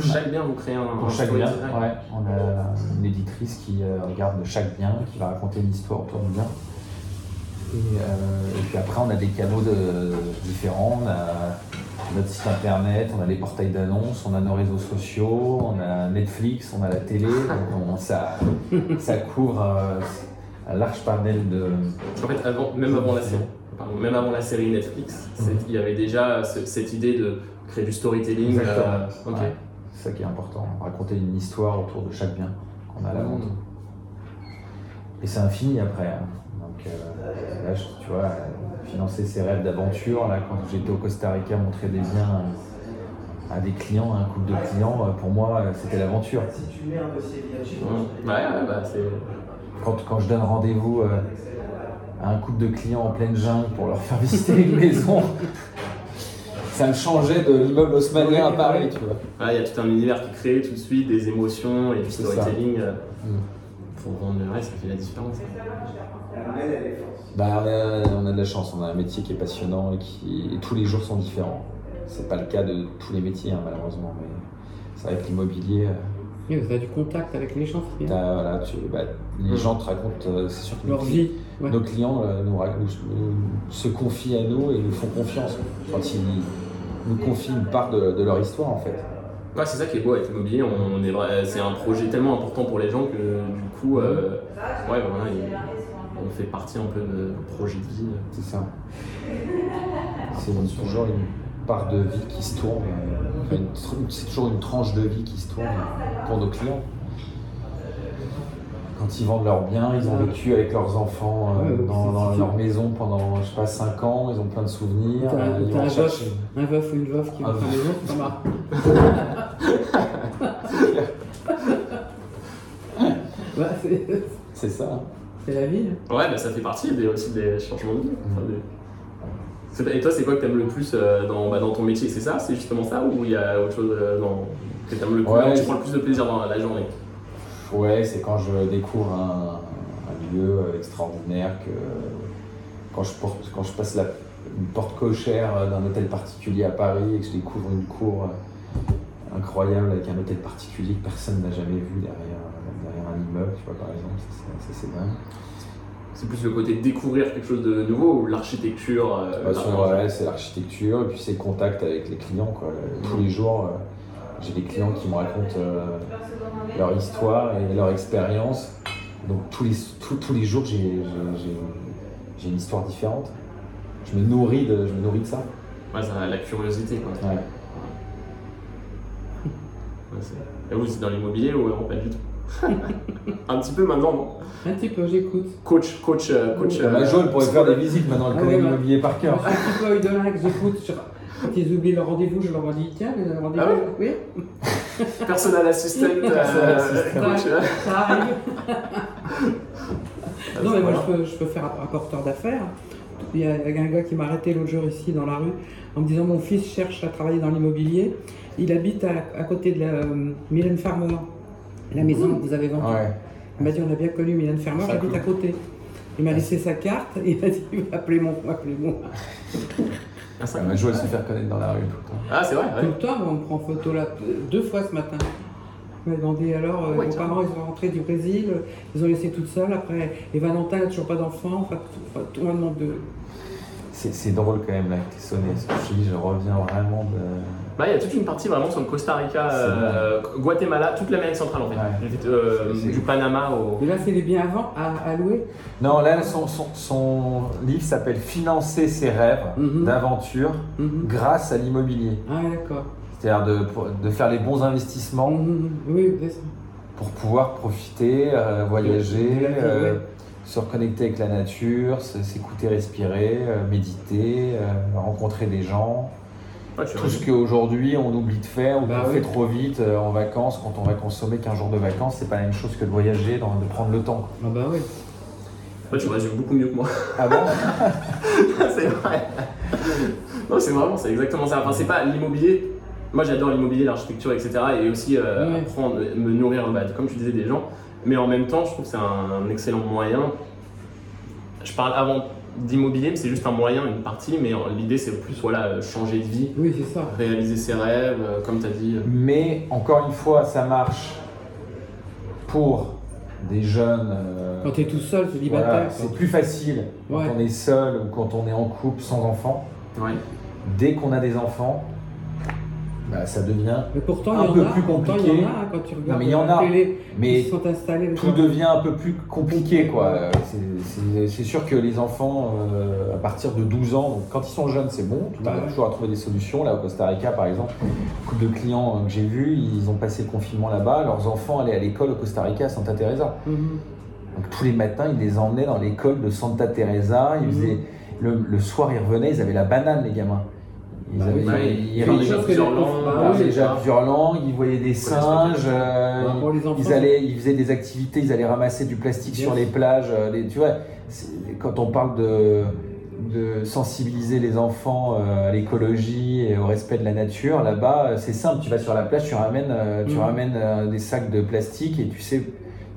Speaker 4: Chaque bien, vous créez un.
Speaker 2: Pour
Speaker 4: un
Speaker 2: chaque
Speaker 4: story
Speaker 2: bien,
Speaker 4: design.
Speaker 2: ouais, on a une éditrice qui euh, regarde chaque bien, qui va raconter une histoire autour du bien. Et, euh, et puis après, on a des canaux de- différents. On a notre site internet, on a les portails d'annonces, on a nos réseaux sociaux, on a Netflix, on a la télé. Donc on- ça, ça couvre euh, un large panel de.
Speaker 4: En fait, avant, même avant la série, pardon, même avant la série Netflix,
Speaker 2: Mhm.
Speaker 4: c'est- il y avait déjà ce- cette idée de créer du storytelling. euh,
Speaker 2: Exactement.
Speaker 4: ok.
Speaker 2: Ouais, c'est ça qui est important, raconter une histoire autour de chaque bien qu'on a à la vente. Et c'est infini après. hein. Donc euh, là, je- tu vois, euh, financer ses rêves d'aventure, là, quand j'étais au Costa Rica, montrer des biens euh, à des clients, à un couple de clients, euh, pour moi, euh, c'était l'aventure.
Speaker 4: Ouais, ouais, bah c'est.
Speaker 2: Quand, quand je donne rendez-vous euh, à un couple de clients en pleine jungle pour leur faire visiter une maison, ça me changeait de l'immeuble haussmannien à Paris, tu vois.
Speaker 4: Voilà, Il y a tout un univers qui est créé tout de suite, des émotions et du
Speaker 2: C'est ça.
Speaker 4: storytelling. euh,
Speaker 2: Mm.
Speaker 4: Pour vendre le reste, ça fait la différence.
Speaker 2: Bah, on, a, on a de la chance, on a un métier qui est passionnant et qui et tous les jours sont différents. C'est pas le cas de tous les métiers hein, malheureusement, mais c'est vrai que l'immobilier, euh,
Speaker 3: Oui, vous avez du contact avec les gens, c'est bien.
Speaker 2: t'as- voilà, tu- bah, les
Speaker 4: Mm.
Speaker 2: gens te racontent, euh, c'est sûr que nos,
Speaker 3: Leur vie. ouais.
Speaker 2: nos clients euh, nous, ra- nous- nous- se confient à nous et nous font confiance. Quand ils nous confient une part de, de leur histoire en fait.
Speaker 4: Ouais, c'est ça qui est beau avec l'immobilier, on on est vrai- c'est un projet tellement important pour les gens que du coup, euh, ouais, voilà, il- on fait partie un peu de projet de vie. euh,
Speaker 2: C'est ça. C'est une- toujours une part de vie qui se tourne. euh, enfin, une tr- C'est toujours une tranche de vie qui se tourne pour nos clients. Quand ils vendent leurs biens, ils ont vécu avec leurs enfants euh,
Speaker 3: Ouais,
Speaker 2: dans,
Speaker 3: c'est-
Speaker 2: dans
Speaker 3: c'est
Speaker 2: leur
Speaker 3: sûr.
Speaker 2: maison pendant, je sais pas, 5 ans, ils ont plein de souvenirs.
Speaker 3: T'as-
Speaker 2: euh, ils
Speaker 3: t'as
Speaker 2: vont
Speaker 3: un
Speaker 2: chercher.
Speaker 3: Un veuf ou une veuve qui
Speaker 2: Ah,
Speaker 3: va faire les autres, ça marche. Ouais, Bah, c'est-
Speaker 2: C'est ça.
Speaker 3: c'est la vie. hein.
Speaker 4: Ouais, bah, ça fait partie des, aussi des changements de vie.
Speaker 2: Mhm.
Speaker 4: enfin, des- C'est- Et toi, c'est quoi que t'aimes le plus euh, dans, bah, dans ton métier C'est ça C'est justement ça Ou il y a autre chose euh, dans- que t'aimes le plus
Speaker 2: Ouais.
Speaker 4: Tu prends le plus de plaisir dans la journée
Speaker 2: Ouais, c'est quand je découvre un, un lieu extraordinaire que quand je, porte- quand je passe la, une porte cochère d'un hôtel particulier à Paris et que je découvre une cour euh, incroyable avec un hôtel particulier que personne n'a jamais vu derrière, derrière un immeuble, tu vois par exemple, ça, c'est- ça, c'est dingue.
Speaker 4: C'est plus le côté de découvrir quelque chose de nouveau ou l'architecture euh,
Speaker 2: Bah, sur-
Speaker 4: l'architecture.
Speaker 2: ouais, c'est l'architecture et puis c'est le contact avec les clients. Quoi. Tous les jours, euh, j'ai des clients qui me racontent euh, leur histoire et leur expérience. Donc tous les, tous, tous les jours, j'ai- j'ai j'ai- j'ai une histoire différente. Je me nourris de, je me nourris de ça.
Speaker 4: Ouais, ça, la curiosité. Quoi.
Speaker 2: Ouais.
Speaker 4: Ouais, c'est- Et vous, c'est dans l'immobilier ou euh, pas du tout Un petit peu maintenant, non
Speaker 3: Un petit peu, j'écoute.
Speaker 4: Coach, coach, euh, coach.
Speaker 3: Ouais,
Speaker 4: euh,
Speaker 2: Bah, Joël pourrait faire des visites maintenant, elle
Speaker 3: Ah
Speaker 2: connaît
Speaker 3: ouais, bah.
Speaker 2: l'immobilier par
Speaker 3: Je suis
Speaker 2: cœur.
Speaker 3: un petit peu idolâtre, j'écoute. sur- Quand ils oublient leur rendez-vous, je leur dis tiens, le rendez-vous.
Speaker 4: Ah
Speaker 3: oui,
Speaker 4: personal assistant. euh,
Speaker 2: Personal assistant.
Speaker 4: coach, euh.
Speaker 3: ça arrive.
Speaker 4: Ah,
Speaker 3: non, mais
Speaker 4: c'est
Speaker 3: moi,
Speaker 4: marrant.
Speaker 3: je peux, je peux faire un porteur d'affaires. Il y a il y a un gars qui m'a arrêté l'autre jour ici dans la rue en me disant mon fils cherche à travailler dans l'immobilier. Il habite à, à côté de la euh, Mylène Farmer, la maison que vous avez vendue.
Speaker 2: Ouais.
Speaker 3: Il m'a dit, on a bien connu Mylène Farmer,
Speaker 4: Mhm. Ah. Ça
Speaker 3: j'habite
Speaker 4: coule.
Speaker 3: à côté. Il m'a laissé sa carte et il m'a dit, appelez-moi, appelez-moi.
Speaker 4: Ah, ça-
Speaker 2: Ouais, bah, Joël se faire connaître dans la rue tout le temps.
Speaker 4: Ah, c'est vrai,
Speaker 3: Tout
Speaker 4: ouais.
Speaker 3: le temps, on me prend photo là, deux fois ce matin. Il m'a demandé alors, euh,
Speaker 4: Ouais,
Speaker 3: vos
Speaker 4: tiens.
Speaker 3: parents, ils sont rentrés du Brésil, euh, ils ont laissé toute seule, après, et Valentin n'a toujours pas d'enfant, enfin, tout- enfin, tout le monde de...
Speaker 2: C'est c'est drôle quand même là que t'es sonné. parce que Je te dis, je reviens vraiment de.
Speaker 4: Bah, il y a toute une partie vraiment sur le Costa Rica,
Speaker 2: C'est
Speaker 4: euh, Guatemala, toute l'Amérique centrale en fait.
Speaker 2: Ouais.
Speaker 4: Du- euh,
Speaker 2: C'est- c'est-
Speaker 4: du Panama au.
Speaker 3: Mais là, c'est les biens avant à, à louer.
Speaker 2: Non, là, son, son- son livre s'appelle Financer ses rêves
Speaker 3: Mhm.
Speaker 2: d'aventure
Speaker 3: Mhm.
Speaker 2: grâce à l'immobilier.
Speaker 3: Ah, d'accord.
Speaker 2: C'est-à-dire de, pour- de faire les bons investissements
Speaker 3: Mhm. Oui, c'est ça.
Speaker 2: pour pouvoir profiter, euh, voyager,
Speaker 3: De la vie,
Speaker 2: euh,
Speaker 3: ouais.
Speaker 2: se reconnecter avec la nature, s- s'écouter, respirer, euh, méditer, euh, rencontrer des gens.
Speaker 4: Ouais, tu vois,
Speaker 2: Tout ce qu'aujourd'hui on oublie de faire ou
Speaker 3: Bah
Speaker 2: qu'on
Speaker 3: oui.
Speaker 2: fait trop vite euh, en vacances, quand on va consommer qu'un jour de vacances, c'est pas la même chose que de voyager, d'en- de prendre le temps.
Speaker 3: Ah bah oui.
Speaker 4: ouais, tu résumes beaucoup mieux que moi.
Speaker 2: Ah bon
Speaker 4: c'est vrai. non, c'est vraiment, c'est exactement ça. Enfin, c'est pas l'immobilier. moi j'adore l'immobilier, l'architecture, etc. Et aussi euh,
Speaker 3: Ouais.
Speaker 4: apprendre, me nourrir, bah, comme tu disais, des gens. Mais en même temps, je trouve que c'est un, excellent moyen. Je parle avant d'immobilier, mais c'est juste un moyen, une partie. Mais euh, l'idée, c'est plus voilà, euh, changer de vie,
Speaker 3: Oui, c'est ça.
Speaker 4: réaliser ses rêves, euh, comme tu as dit.
Speaker 2: Mais encore une fois, ça marche pour des jeunes. euh,
Speaker 3: Quand t'es tout seul, célibataire,
Speaker 2: voilà,
Speaker 3: quand-
Speaker 2: c'est plus facile quand
Speaker 3: Ouais.
Speaker 2: on est seul ou quand on est en couple sans enfants.
Speaker 4: euh, Ouais.
Speaker 2: Dès qu'on a des enfants, bah, ça devient.
Speaker 3: Mais pourtant,
Speaker 2: un
Speaker 3: il y en
Speaker 2: peu
Speaker 3: a,
Speaker 2: plus
Speaker 3: pourtant, il y
Speaker 2: compliqué.
Speaker 3: en a hein, quand tu regardes
Speaker 2: Non, mais il y en
Speaker 3: la
Speaker 2: a.
Speaker 3: télé,
Speaker 2: Mais
Speaker 3: ils se sont installés. avec
Speaker 2: tout
Speaker 3: leur-
Speaker 2: devient un peu plus compliqué, quoi. Euh, c'est- c'est- C'est sûr que les enfants, euh, à partir de 12 ans, donc quand ils sont jeunes, c'est bon, tu arrives
Speaker 3: Ouais.
Speaker 2: toujours à trouver des solutions. Là, au Costa Rica, par exemple, beaucoup de clients euh, que j'ai vus, ils ont passé le confinement là-bas, leurs enfants allaient à l'école au Costa Rica, à Santa Teresa.
Speaker 3: Mhm.
Speaker 2: Donc tous les matins, ils les emmenaient dans l'école de Santa Teresa, ils
Speaker 3: Mhm.
Speaker 2: faisaient- le, le soir, ils revenaient, ils avaient la banane, les gamins. Ils
Speaker 3: Bah
Speaker 2: avaient
Speaker 3: oui,
Speaker 4: Ouais,
Speaker 2: ils-
Speaker 4: il
Speaker 2: ils
Speaker 3: parle
Speaker 4: parle
Speaker 2: parlaient
Speaker 3: des
Speaker 4: déjà
Speaker 3: choses
Speaker 4: plusieurs
Speaker 3: que les
Speaker 4: langues.
Speaker 3: profs- bah oui,
Speaker 2: déjà plusieurs langues, ils voyaient des singes, euh,
Speaker 3: Bah, Pour les enfants,
Speaker 2: ils allaient, ils faisaient des activités, ils allaient ramasser du plastique sur les plages. euh, les- tu vois, c'est- quand on parle de, de sensibiliser les enfants euh, à l'écologie et au respect de la nature, là-bas, euh, c'est simple. Tu vas sur la plage, tu ramènes, euh, tu
Speaker 3: Mhm.
Speaker 2: ramènes euh, des sacs de plastique et tu sais,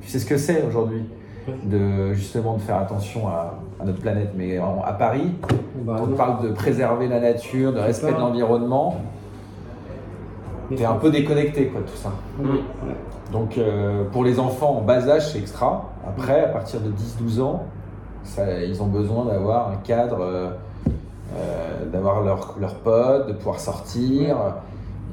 Speaker 2: tu sais ce que c'est aujourd'hui.
Speaker 3: Ouais.
Speaker 2: De, justement de faire attention à, à notre planète. Mais en- à Paris,
Speaker 3: Bah,
Speaker 2: on
Speaker 3: non.
Speaker 2: parle de préserver la nature, de
Speaker 3: C'est
Speaker 2: respect
Speaker 3: pas-
Speaker 2: de l'environnement.
Speaker 3: Mais
Speaker 2: T'es un
Speaker 3: c'est-
Speaker 2: peu déconnecté, quoi, de tout ça.
Speaker 3: Ouais.
Speaker 4: Mm.
Speaker 2: Donc euh, pour les enfants en bas âge, c'est extra. Après, à partir de 10-12 ans, ça- ils ont besoin d'avoir un cadre, euh, euh, d'avoir leurs leur potes, de pouvoir sortir.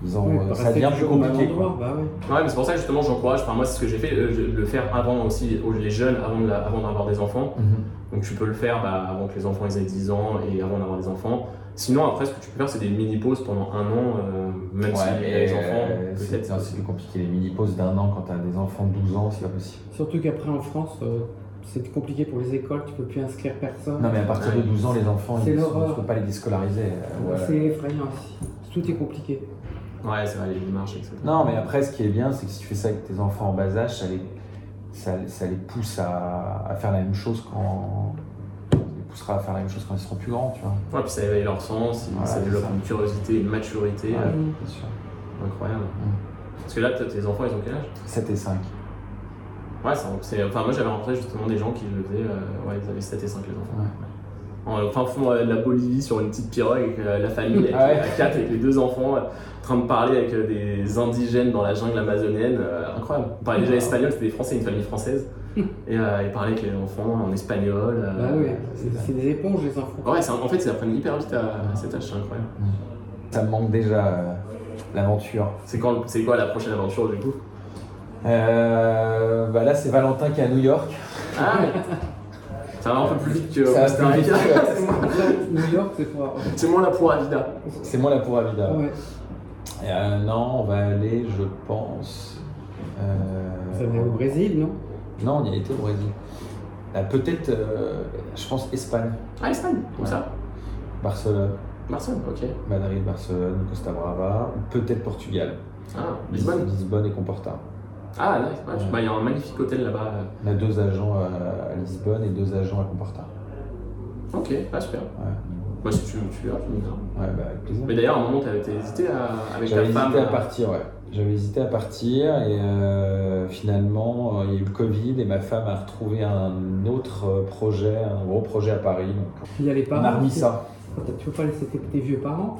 Speaker 2: Ils ont,
Speaker 3: Ouais, bah,
Speaker 2: ça
Speaker 3: rester
Speaker 2: devient plus
Speaker 3: toujours au même
Speaker 2: compliqué.
Speaker 3: endroit,
Speaker 2: quoi.
Speaker 3: bah ouais.
Speaker 4: Ouais, mais c'est pour ça que justement j'encourage, enfin moi c'est ce que j'ai fait, euh, je- de le faire avant aussi, aux- les jeunes, avant de la- avant d'avoir des enfants.
Speaker 2: Mhm.
Speaker 4: Donc tu peux le faire bah, avant que les enfants ils aient 10 ans et avant d'avoir des enfants. Sinon après ce que tu peux faire c'est des mini-pauses pendant un an, euh, même si
Speaker 2: Ouais,
Speaker 4: s'il y a
Speaker 2: et,
Speaker 4: les enfants,
Speaker 2: euh, c'est
Speaker 4: peut-être.
Speaker 2: non, c'est plus compliqué. Les mini-pauses d'un an quand t'as des enfants de 12 ans, c'est pas possible.
Speaker 3: Surtout qu'après en France, euh, c'est compliqué pour les écoles, tu peux plus inscrire personne.
Speaker 2: Non, mais à partir de 12 ans, les enfants,
Speaker 3: C'est
Speaker 2: ils
Speaker 3: l'horreur.
Speaker 2: ne peut pas les déscolariser. euh, voilà.
Speaker 3: C'est effrayant ici. Tout est compliqué.
Speaker 4: Ouais, c'est vrai, les démarches, etc.
Speaker 2: Non, mais après, ce qui est bien, c'est que si tu fais ça avec tes enfants en bas âge, ça les, ça, ça les pousse à, à faire la même chose quand. Ça les poussera à faire la même chose quand ils seront plus grands, tu vois.
Speaker 4: Ouais, puis ça éveille leur sens,
Speaker 2: Voilà,
Speaker 4: ça
Speaker 2: c'est
Speaker 4: développe
Speaker 2: ça.
Speaker 4: une curiosité, une maturité
Speaker 2: Ouais.
Speaker 4: euh,
Speaker 2: Bien sûr.
Speaker 4: incroyable. Parce que là, peut-être tes enfants ils ont quel âge
Speaker 2: 7 et 5.
Speaker 4: Ouais, c'est- c'est. Enfin, moi j'avais rencontré justement des gens qui le faisaient, euh, ouais, ils avaient 7 et 5 les enfants. En fin fond euh, de la Bolivie sur une petite pirogue avec euh, la famille, avec,
Speaker 2: Ah ouais.
Speaker 4: à quatre, avec les deux enfants, euh, en train de parler avec euh, des indigènes dans la jungle amazonienne. euh, incroyable. On parlait déjà
Speaker 2: Wow.
Speaker 4: espagnol, c'était des Français, une famille française. et euh, ils parlaient avec les enfants en espagnol. euh,
Speaker 3: Bah oui, c'est- c'est des éponges les enfants.
Speaker 4: Ouais, c'est un- en fait, ils apprennent hyper vite à, à cet âge, c'est incroyable.
Speaker 2: Ça me manque déjà euh, l'aventure.
Speaker 4: C'est quand- c'est quoi la prochaine aventure du coup
Speaker 2: Euh, bah là, c'est Valentin qui est à New York.
Speaker 4: Ah Ça va un peu plus vite que
Speaker 3: Euh,
Speaker 2: Ça va
Speaker 4: Costa
Speaker 2: plus vite
Speaker 4: Rica.
Speaker 2: que-
Speaker 3: New York, c'est pas.
Speaker 4: C'est moins la pour Avida.
Speaker 2: C'est moi là pour Avida.
Speaker 3: Ouais.
Speaker 2: Euh, non, on va aller, je pense. euh,
Speaker 3: Ça venait au Brésil, non
Speaker 2: Non, on y a été au Brésil. Ah, Peut-être, euh, je pense, Espagne.
Speaker 4: Ah, Espagne, comme
Speaker 2: Ouais.
Speaker 4: ça.
Speaker 2: Barcelone,
Speaker 4: Barcelone, ok.
Speaker 2: Madrid, Barcelone, Costa Brava, ou peut-être Portugal.
Speaker 4: Ah, Lisbonne.
Speaker 2: Lisbonne et Comporta.
Speaker 4: Ah, nice. ouais, tu-
Speaker 2: Ouais.
Speaker 4: bah, Il y a un magnifique hôtel là-bas. euh,
Speaker 2: On a deux agents euh, à Lisbonne et deux agents à Comporta.
Speaker 4: Ok, ah super.
Speaker 2: Ouais,
Speaker 4: Bah si tu veux, tu verras, tu me diras.
Speaker 2: ouais bah, avec plaisir.
Speaker 4: Mais d'ailleurs, à un moment, t'avais t'as hésité à, avec ta
Speaker 2: J'avais
Speaker 4: femme.
Speaker 2: hésité à
Speaker 4: euh,
Speaker 2: partir, ouais. J'avais hésité à partir et euh, finalement, euh, il y a eu le Covid et ma femme a retrouvé un autre euh, projet, un gros projet à Paris. Donc,
Speaker 3: Il y a les
Speaker 2: on
Speaker 3: parents.
Speaker 2: a remis
Speaker 3: aussi.
Speaker 2: ça. Ah,
Speaker 3: Tu peux pas laisser tes, tes vieux parents.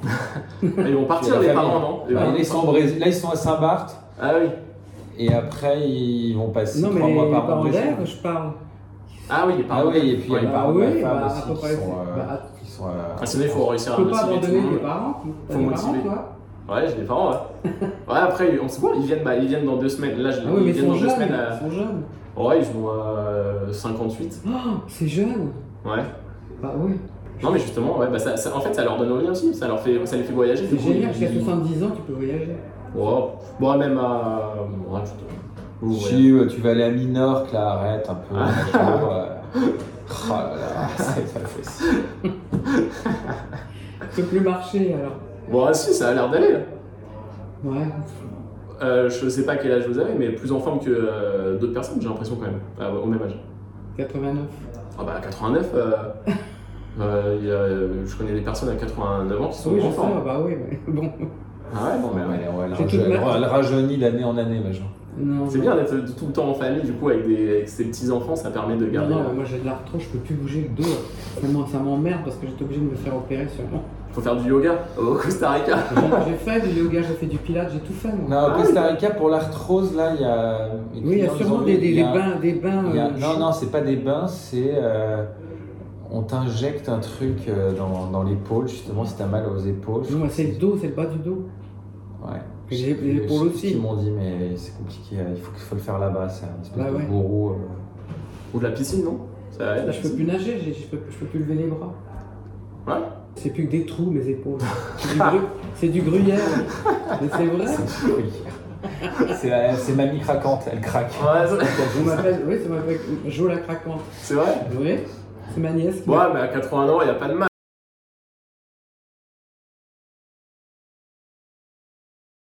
Speaker 4: mais Ah, Ils vont
Speaker 2: C'est
Speaker 4: partir,
Speaker 2: la
Speaker 4: les
Speaker 2: famille.
Speaker 4: parents, non Les
Speaker 2: Là,
Speaker 4: parents.
Speaker 2: Bah, ils sont, au Brésil- là, ils sont à Saint-Barth
Speaker 4: Ah oui.
Speaker 2: et après, ils vont passer
Speaker 3: non, mais
Speaker 2: trois
Speaker 3: les
Speaker 2: mois par an. au
Speaker 3: parents
Speaker 2: Brésil.
Speaker 3: d'Ève, je parle.
Speaker 4: Ah oui, les parents.
Speaker 2: Ah oui, et puis il y a
Speaker 4: Ouais.
Speaker 2: les parents de
Speaker 3: oui,
Speaker 2: ma femme
Speaker 3: bah,
Speaker 2: aussi
Speaker 3: à peu
Speaker 2: qui
Speaker 3: près,
Speaker 2: sont,
Speaker 3: c'est-
Speaker 2: euh,
Speaker 3: bah,
Speaker 2: qui sont, euh,
Speaker 4: Ah, sinon, il faut réussir à
Speaker 3: Tu peux pas
Speaker 4: motiver tout le
Speaker 3: abandonner tes
Speaker 4: monde.
Speaker 3: parents. T'as
Speaker 4: Faut
Speaker 3: des
Speaker 4: motiver.
Speaker 3: parents, toi
Speaker 4: Ouais, j'ai des parents, ouais. Ouais, après, on sait quoi ils viennent, bah, ils viennent dans deux semaines. Là, je,
Speaker 3: Ah oui, mais
Speaker 4: ils
Speaker 3: ils
Speaker 4: viennent
Speaker 3: sont
Speaker 4: dans deux
Speaker 3: jeunes.
Speaker 4: semaines.
Speaker 3: Ils
Speaker 4: à-
Speaker 3: sont jeunes.
Speaker 4: Ouais, ils jouent à euh, 58.
Speaker 3: Oh, c'est jeune.
Speaker 4: Ouais.
Speaker 3: Bah oui.
Speaker 4: Non, mais justement, ouais, bah, ça, ça- en fait, ça leur donne envie aussi. Ça, leur fait, ça les fait voyager.
Speaker 3: C'est génial,
Speaker 4: Ils-
Speaker 3: jusqu'à 70 ans, tu peux voyager.
Speaker 4: Ouais. Bon, même à. euh, Ouais, je- Ouais.
Speaker 2: Si euh, tu vas aller à Minorque, là, arrête un peu.
Speaker 4: Ah.
Speaker 2: bonjour, euh. Oh là là, c'est pas possible.
Speaker 3: Tu peux plus marcher, alors.
Speaker 4: Bon, ah, si, ça a l'air d'aller, là.
Speaker 3: Ouais.
Speaker 4: Euh, je sais pas quel âge vous avez, mais plus en forme que euh, d'autres personnes, j'ai l'impression quand même, Ah, au même âge.
Speaker 3: 89.
Speaker 4: Ah bah 89, euh, euh, il y a- je connais des personnes à 89 ans qui sont hein.
Speaker 3: Oui, je
Speaker 4: en
Speaker 3: sais,
Speaker 4: forme.
Speaker 3: bah oui, mais bon.
Speaker 4: Ah ouais, non,
Speaker 2: Ouais,
Speaker 4: mais ouais.
Speaker 2: ouais, ouais, elle,
Speaker 3: C'est
Speaker 2: raje-
Speaker 3: toute
Speaker 2: elle-
Speaker 3: ma-
Speaker 2: elle rajeunit d'année en année, machin.
Speaker 3: Non,
Speaker 4: C'est
Speaker 3: non.
Speaker 4: bien d'être tout le temps en famille, du coup, avec, des, avec ses petits-enfants, ça permet de
Speaker 3: Non,
Speaker 4: garder.
Speaker 3: non, moi j'ai de l'arthrose, je peux plus bouger le dos. Ça m'en- Ça m'emmerde parce que j'étais obligé de me faire opérer sûrement.
Speaker 4: Faut faire du yoga au Costa Rica.
Speaker 3: j'ai fait du yoga, j'ai fait du pilate, j'ai tout fait moi.
Speaker 2: Non, au Costa Rica, pour l'arthrose, là, il y a. les
Speaker 3: Ah oui, il y a
Speaker 2: clients, ils
Speaker 3: sûrement
Speaker 2: ont
Speaker 3: des,
Speaker 2: eu-
Speaker 3: des,
Speaker 2: il y
Speaker 3: des
Speaker 2: a-
Speaker 3: bains. Des bains
Speaker 2: il y a-
Speaker 3: euh,
Speaker 2: non, non, c'est pas des bains, c'est. euh, on t'injecte un truc euh, dans, dans l'épaule, justement, si t'as mal aux épaules.
Speaker 3: Non, moi, c'est le dos, c'est le bas du dos.
Speaker 2: Ouais.
Speaker 3: J'ai- j'ai
Speaker 2: Je sais
Speaker 3: pour
Speaker 2: plus
Speaker 3: l'outil.
Speaker 2: ce qu'ils m'ont dit, mais c'est compliqué. Il faut, il faut le faire là-bas. C'est un espèce
Speaker 3: Bah
Speaker 2: de
Speaker 3: ouais.
Speaker 2: gourou. euh.
Speaker 4: Ou de la piscine, non Ça aide,
Speaker 3: Là,
Speaker 4: la
Speaker 3: je peux
Speaker 4: piscine.
Speaker 3: plus nager, j'ai- je peux, je peux plus lever les bras.
Speaker 4: Ouais.
Speaker 3: C'est plus que des trous, mes épaules. C'est du, gru- c'est du gruyère. Mais c'est vrai.
Speaker 2: c'est la- c'est mamie craquante, elle craque.
Speaker 4: Ouais, c'est-
Speaker 3: On m'appelle, oui, ça m'appelle Jo la craquante.
Speaker 4: c'est vrai.
Speaker 3: Vous voyez C'est ma nièce qui
Speaker 4: Ouais, mais à 80 ans, il n'y a pas de mal.